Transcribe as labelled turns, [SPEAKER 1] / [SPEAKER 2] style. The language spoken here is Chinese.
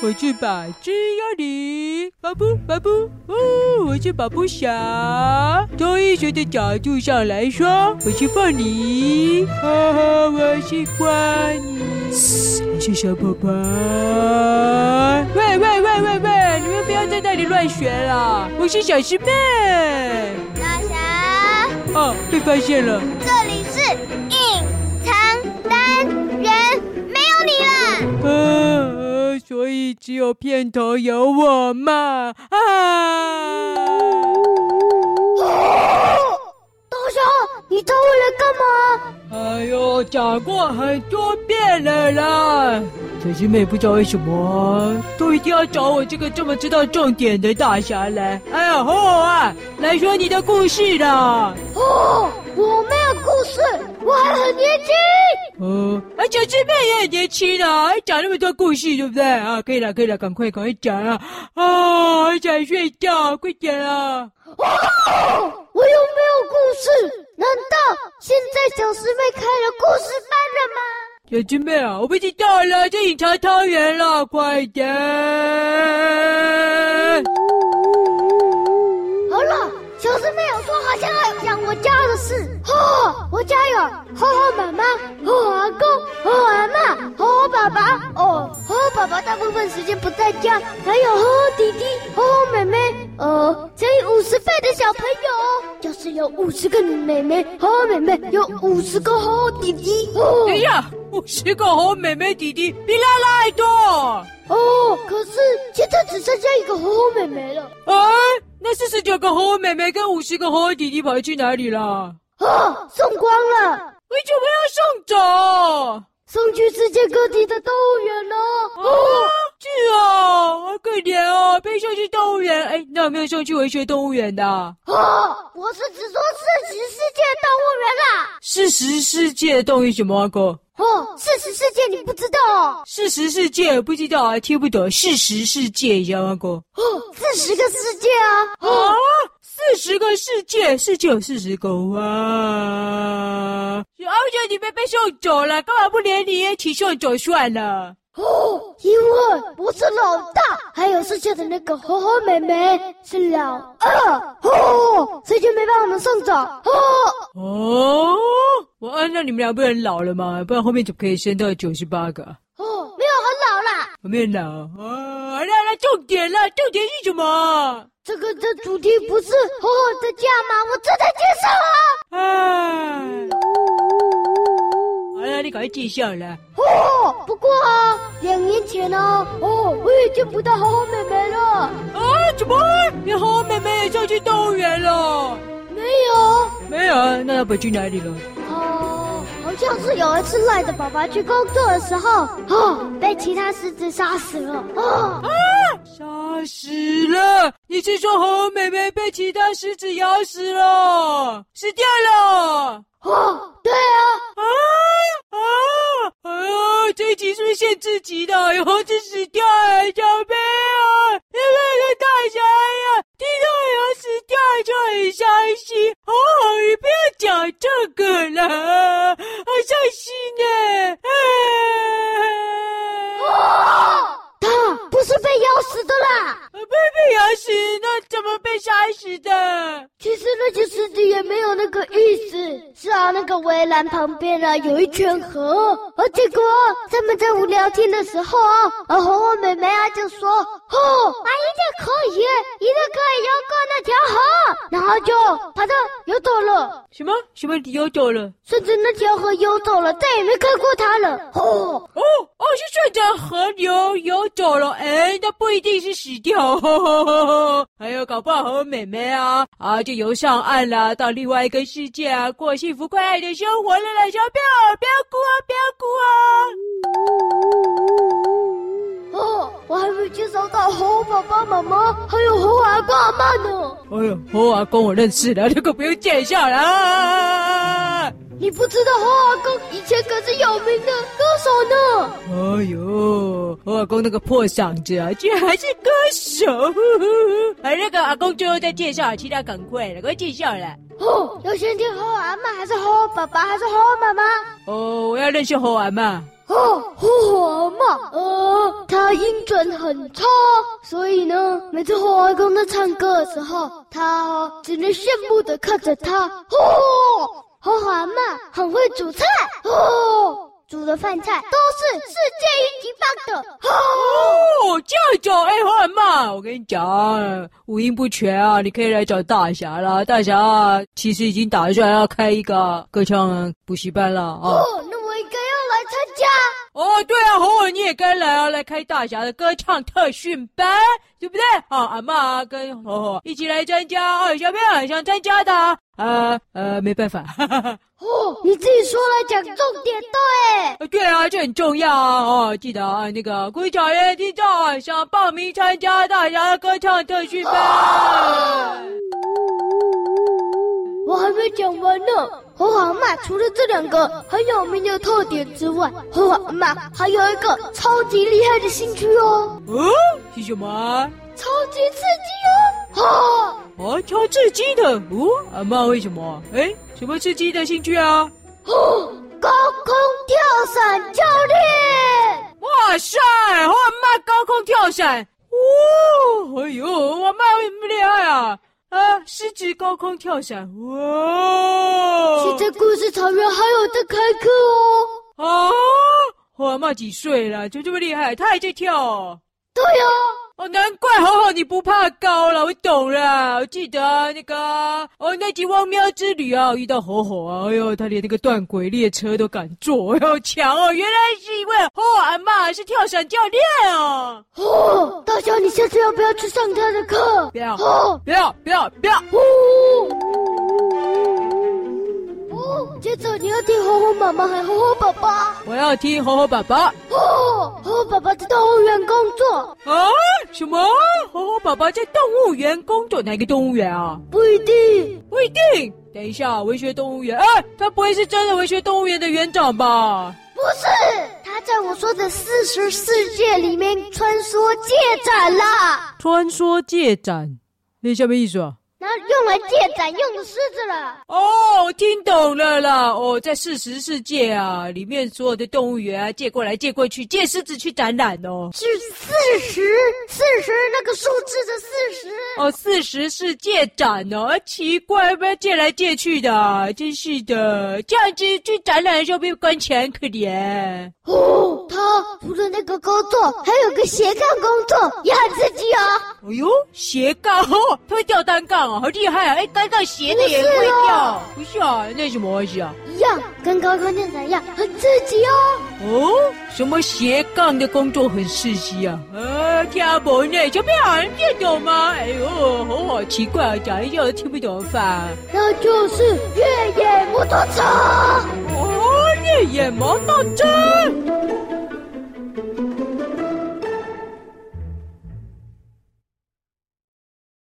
[SPEAKER 1] 我是百只鸭梨，巴布巴布，哦，我是巴布侠。从医学的角度上来说，我是凤梨，哈、哈，我喜欢你，我是小宝宝。喂喂喂喂喂，你们不要在那里乱学了，我是小师妹。
[SPEAKER 2] 大侠，
[SPEAKER 1] 哦，被发现了。
[SPEAKER 2] 这里是隐藏单元，没有你了。
[SPEAKER 1] 呃，所以只有片头有我嘛啊！
[SPEAKER 2] 大侠，你偷我来干嘛？
[SPEAKER 1] 哎呦，讲过很多遍了啦！小师妹不知道为什么都一定要找我这个这么知道重点的大侠来。哎呀，吼啊，来说你的故事啦！
[SPEAKER 2] 哦，我没有故事，我还很年轻。
[SPEAKER 1] 哦，啊，小师妹也很年轻啦，还讲那么多故事，对不对啊？可以了，可以了，赶快，赶快讲啊！啊，好想睡觉，快点啊！
[SPEAKER 2] 哦我又没有故事，难道现在小师妹开了故事班了吗？
[SPEAKER 1] 小师妹啊，我不知道了，这隐藏汤圆了，快点！
[SPEAKER 2] 好了，小师妹有说好像要讲我家的事。哦，我家有厚厚妈妈、厚阿公、厚阿嬷、厚厚爸爸。哦，厚厚爸爸大部分时间不在家，还有厚厚弟弟、厚厚妹妹。呃，乘以五十倍的小朋友，就是有五十个妹妹，厚厚妹妹有五十个厚厚弟弟。哦
[SPEAKER 1] 哎呀，我是个好妹妹弟弟，比拉拉还多。
[SPEAKER 2] 哦，可是现在只剩下一个厚厚妹妹了。
[SPEAKER 1] 哎，那四十九个好妹妹跟五十个好弟弟跑去哪里了？
[SPEAKER 2] 哦，送光了。
[SPEAKER 1] 为什么要送走？
[SPEAKER 2] 送去世界各地的动物园了。
[SPEAKER 1] 哦，是哦，好可怜哦，被送去动物园。哎，那有没有送去文学动物园的啊？
[SPEAKER 2] 哦，我是只说四十世界动物园啦。
[SPEAKER 1] 四十世界动物什么啊哥？
[SPEAKER 2] 哦，四十世界你不知道哦。
[SPEAKER 1] 事实世界不知道啊，听不懂。事实世界，你知道吗，哥？
[SPEAKER 2] 哦，四十个世界啊。
[SPEAKER 1] 啊，四十个世界，世界有四十个哇！小欧姐，你被被送走了，干嘛不连你一起送走算了？
[SPEAKER 2] 哦，因为我是老大，还有剩下的那个猴猴妹妹是老二。哦，所以就没把我们送走。哦，
[SPEAKER 1] 哦，我按照你们俩不能老了嘛，不然后面怎么可以升到九十八个啊？
[SPEAKER 2] 哦，没有很老啦。
[SPEAKER 1] 后面老啊！来来，重点了，重点是什么？
[SPEAKER 2] 这个的主题不是猴猴的家吗？我正在介绍啊。
[SPEAKER 1] 哎，好了，你赶快介绍了。
[SPEAKER 2] 哦，不过啊，两年前呢、哦，我也见不到好好妹妹了。
[SPEAKER 1] 啊，怎么会？你和我妹妹也送去动物园了？
[SPEAKER 2] 没有，
[SPEAKER 1] 没有，啊，那她跑去哪里了？
[SPEAKER 2] 哦，好像是有一次赖着爸爸去工作的时候，哦，被其他狮子杀死了。哦，
[SPEAKER 1] 杀死了！你是说猴妹妹被其他狮子咬死了，死掉了？
[SPEAKER 2] 哦，对啊，
[SPEAKER 1] 啊啊！哎呦，这一集是不是限制级的？有猴子死掉了，小朋友，因为个大侠呀，听到有死掉就很伤心。哦，你不要讲这个了，好伤心呢。哎，
[SPEAKER 2] 哦，他不是被咬死的啦。
[SPEAKER 1] 被被咬死，那怎么被杀死的？
[SPEAKER 2] 其实那些狮子也没有那个意思，是啊，那个围栏旁边啊有一圈河，而结果啊他们在无聊天的时候啊，而红红妹妹啊就说：“哦，啊一定可以，一定可以游过那条河。”然后就把它游走了，
[SPEAKER 1] 什么什么？你又走了？
[SPEAKER 2] 甚至那条河游走了，再也没看过它了。哦，
[SPEAKER 1] 哦哦，是顺着河流游走了，哎，那不一定是死 掉，呵呵呵呵还有搞不好和妹妹啊啊就游上岸啦，到另外一个世界啊，过幸福快乐的生活了啦，小票不要哭啊，不要哭啊！
[SPEAKER 2] 哦，我还没介绍到猴宝宝妈妈还有猴阿公阿妈呢，
[SPEAKER 1] 哎呦，猴阿公我认识了，这个不用介绍了。啊
[SPEAKER 2] 你不知道猴阿公以前可是有名的歌手呢。
[SPEAKER 1] 哎呦，我阿公那个破嗓子啊，居然还是歌手！呵呵呵 哎，那个阿公最后再介绍，其他赶快了，快介绍了。
[SPEAKER 2] 哦，要先听猴阿妈还是猴爸爸还是猴妈妈？啊
[SPEAKER 1] 哦，我要认识猴阿妈。
[SPEAKER 2] 哦，猴阿妈，呃，他他音准很差，所以呢，每次霍华公在唱歌的时候，他哦只能羡慕的看着他。哦，霍华妈很会煮菜哦，煮的饭菜都是世界一级棒的。哦，
[SPEAKER 1] 哦，这样讲，哎，我很慢。我跟你讲，五音不全啊，你可以来找大侠啦。大侠啊其实已经打算要开一个歌唱补习班了啊。
[SPEAKER 2] 哦那我应该要来参加。
[SPEAKER 1] 哦，对啊，侯文你也该来啊，来开大侠的歌唱特训班，对不对？啊，阿妈啊跟侯侯一起来参加啊，小朋友很想参加的啊，呃呃，没办法， 哈哈哈。
[SPEAKER 2] 哦，你自己说来讲重点的哎。
[SPEAKER 1] 对啊，这很重要啊！哦，记得啊，那个归小人听众啊，想报名参加大侠的歌唱特训班。
[SPEAKER 2] 我还没讲完呢。猴蛤蟆除了这两个很有名的特点之外，猴蛤蟆还有一个超级厉害的兴趣哦，
[SPEAKER 1] 哦，是什么啊？
[SPEAKER 2] 超级刺激哦！哈、
[SPEAKER 1] 哦，超刺激的哦！阿妈为什么？哎，什么刺激的兴趣啊？
[SPEAKER 2] 哦，高空跳伞教练，
[SPEAKER 1] 哇塞，我妈高空跳伞！哦，哎呦，我妈为什么厉害啊？啊，狮子高空跳伞！哇！哦
[SPEAKER 2] 现在故事草原还有在开课哦。
[SPEAKER 1] 啊，我阿妈几岁了？就这么厉害，她还在跳哦。
[SPEAKER 2] 对哦，
[SPEAKER 1] 哦，难怪好好你不怕高了，我懂了。我记得啊那个哦，那集《汪喵之旅》啊，我遇到吼吼啊，哎呦，他连那个断轨列车都敢坐，哎呦，强哦！原来是因为吼吼阿妈是跳伞教练哦。
[SPEAKER 2] 哦，大侠，你下次要不要去上他的课？
[SPEAKER 1] 不要
[SPEAKER 2] 哦，
[SPEAKER 1] 不要不要不要！
[SPEAKER 2] 哦，哦，接着你要听猴猴妈妈和猴猴爸爸。
[SPEAKER 1] 我要听吼吼爸爸
[SPEAKER 2] 哦，猴猴爸爸在动物园工作，
[SPEAKER 1] 啊！什么？吼吼爸爸在动物园工作？哪个动物园啊？
[SPEAKER 2] 不一定。
[SPEAKER 1] 不一定。等一下，文学动物园。哎，他不会是真的文学动物园的园长吧？
[SPEAKER 2] 不是，他在我说的四十世界里面穿梭借展啦，
[SPEAKER 1] 穿梭借展，那什么意思啊？
[SPEAKER 2] 然后用来借展用的狮子了。
[SPEAKER 1] 哦，我听懂了啦！哦，在四十世界啊，里面所有的动物园啊，借过来借过去，借狮子去展览哦。
[SPEAKER 2] 是四十，四十那个数字的四十。
[SPEAKER 1] 哦，四十世界展哦，啊奇怪，被借来借去的啊、真是的。这样子去展览的时候被关起来，很可怜。
[SPEAKER 2] 哦，他除了那个工作，还有个斜杠工作，也很刺激哦。
[SPEAKER 1] 哎呦，斜杠哦，他会吊单杠哦，好厉害啊！哎，单杠斜的也
[SPEAKER 2] 不是
[SPEAKER 1] 会
[SPEAKER 2] 哦
[SPEAKER 1] 吊，不是啊？那什么东西啊？
[SPEAKER 2] 一样，跟高空电展一样，很刺激哦。
[SPEAKER 1] 哦，什么斜杠的工作很刺激啊？呃，听不呢，小朋友你听啊懂吗？哎呦，好好奇怪啊，讲一下我都听不懂的话。
[SPEAKER 2] 那就是越
[SPEAKER 1] 哦